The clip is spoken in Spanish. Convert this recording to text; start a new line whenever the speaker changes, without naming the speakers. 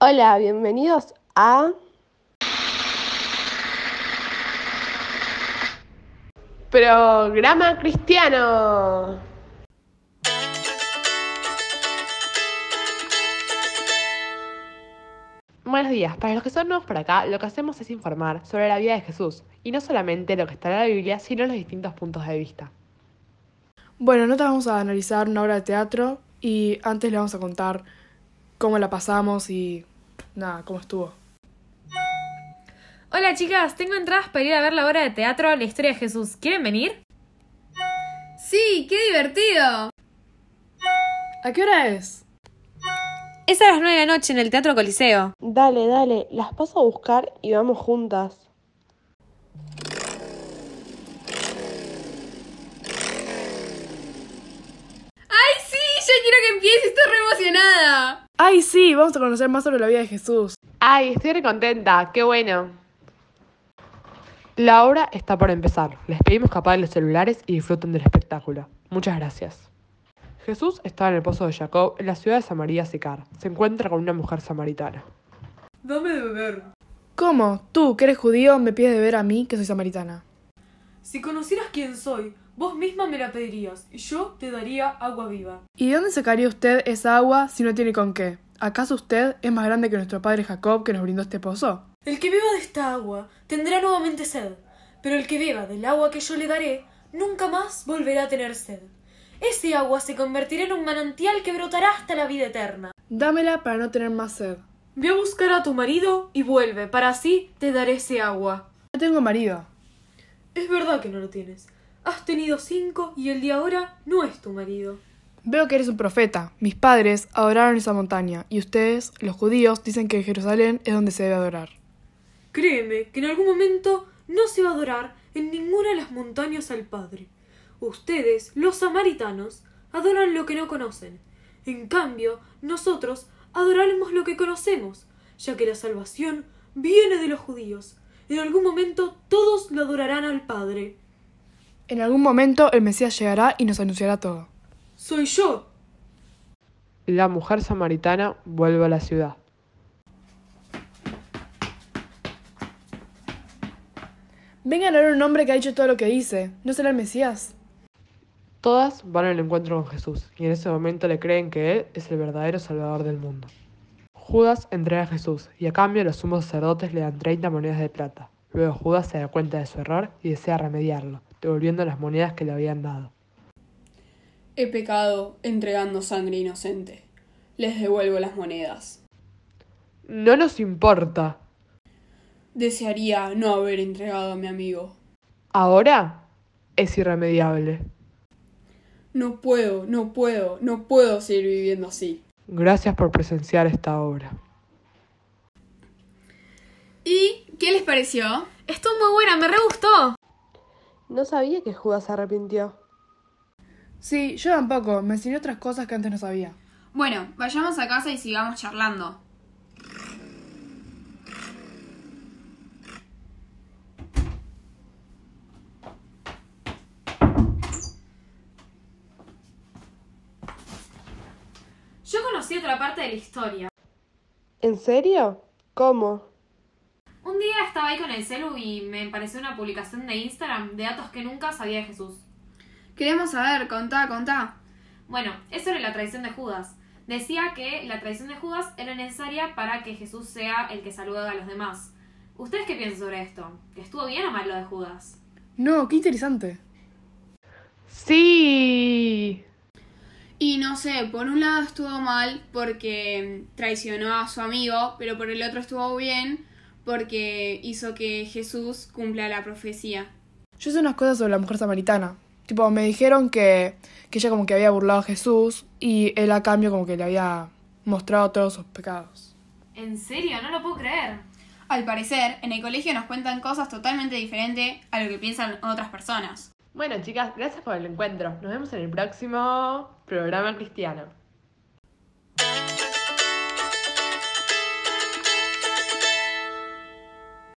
Hola, bienvenidos a... Programa Cristiano. Buenos días, para los que son nuevos por acá, lo que hacemos es informar sobre la vida de Jesús, y no solamente lo que está en la Biblia, sino los distintos puntos de vista.
Bueno, nosotros vamos a analizar una obra de teatro y antes le vamos a contar cómo la pasamos y nada, cómo estuvo.
Hola chicas, tengo entradas para ir a ver la obra de teatro La historia de Jesús. ¿Quieren venir?
Sí, qué divertido.
¿A qué hora es?
Es a las 9 de la noche en el Teatro Coliseo.
Dale, dale, las paso a buscar y vamos juntas.
¡Ay, sí! ¡Ya quiero que empiece! ¡Estoy re emocionada!
¡Ay, sí! Vamos a conocer más sobre la vida de Jesús.
Ay, estoy re contenta, qué bueno. La obra está por empezar. Les pedimos que apaguen los celulares y disfruten del espectáculo. Muchas gracias. Jesús estaba en el pozo de Jacob, en la ciudad de Samaria Sicar. Se encuentra con una mujer samaritana.
Dame de beber.
¿Cómo? Tú, que eres judío, me pides de ver a mí, que soy samaritana.
Si conocieras quién soy, vos misma me la pedirías y yo te daría agua viva.
¿Y de dónde sacaría usted esa agua si no tiene con qué? ¿Acaso usted es más grande que nuestro padre Jacob que nos brindó este pozo?
El que beba de esta agua tendrá nuevamente sed, pero el que beba del agua que yo le daré nunca más volverá a tener sed. Ese agua se convertirá en un manantial que brotará hasta la vida eterna.
Dámela para no tener más sed.
Ve a buscar a tu marido y vuelve, para así te daré ese agua.
No tengo marido.
Es verdad que no lo tienes. Has tenido cinco y el de ahora no es tu marido.
Veo que eres un profeta. Mis padres adoraron esa montaña, y ustedes, los judíos, dicen que Jerusalén es donde se debe adorar.
Créeme que en algún momento no se va a adorar en ninguna de las montañas al Padre. Ustedes, los samaritanos, adoran lo que no conocen. En cambio, nosotros adoraremos lo que conocemos, ya que la salvación viene de los judíos. En algún momento todos lo adorarán al Padre.
En algún momento el Mesías llegará y nos anunciará todo.
Soy yo.
La mujer samaritana vuelve a la ciudad.
Vengan a ver un hombre que ha dicho todo lo que dice. ¿No será el Mesías?
Todas van al encuentro con Jesús y en ese momento le creen que Él es el verdadero Salvador del mundo. Judas entrega a Jesús y a cambio los sumos sacerdotes le dan 30 monedas de plata. Luego Judas se da cuenta de su error y desea remediarlo, devolviendo las monedas que le habían dado.
He pecado entregando sangre inocente. Les devuelvo las monedas.
No nos importa.
Desearía no haber entregado a mi amigo.
Ahora es irremediable.
No puedo, no puedo, no puedo seguir viviendo así.
Gracias por presenciar esta obra.
¿Y qué les pareció? Estuvo muy buena, me re gustó.
No sabía que Judas se arrepintió.
Sí, yo tampoco. Me enseñó otras cosas que antes no sabía.
Bueno, vayamos a casa y sigamos charlando.
Yo conocí otra parte de la historia.
¿En serio? ¿Cómo?
Un día estaba ahí con el celu y me apareció una publicación de Instagram de datos que nunca sabía de Jesús.
Queremos saber, contá, contá.
Bueno, es sobre la traición de Judas. Decía que la traición de Judas era necesaria para que Jesús sea el que saluda a los demás. ¿Ustedes qué piensan sobre esto? ¿Que estuvo bien o mal lo de Judas?
No, qué interesante.
Sí.
Y no sé, por un lado estuvo mal porque traicionó a su amigo, pero por el otro estuvo bien porque hizo que Jesús cumpla la profecía.
Yo sé unas cosas sobre la mujer samaritana. Tipo, me dijeron que, que ella como que había burlado a Jesús y él a cambio como que le había mostrado todos sus pecados.
¿En serio? No lo puedo creer.
Al parecer, en el colegio nos cuentan cosas totalmente diferentes a lo que piensan otras personas.
Bueno, chicas, gracias por el encuentro. Nos vemos en el próximo programa cristiano.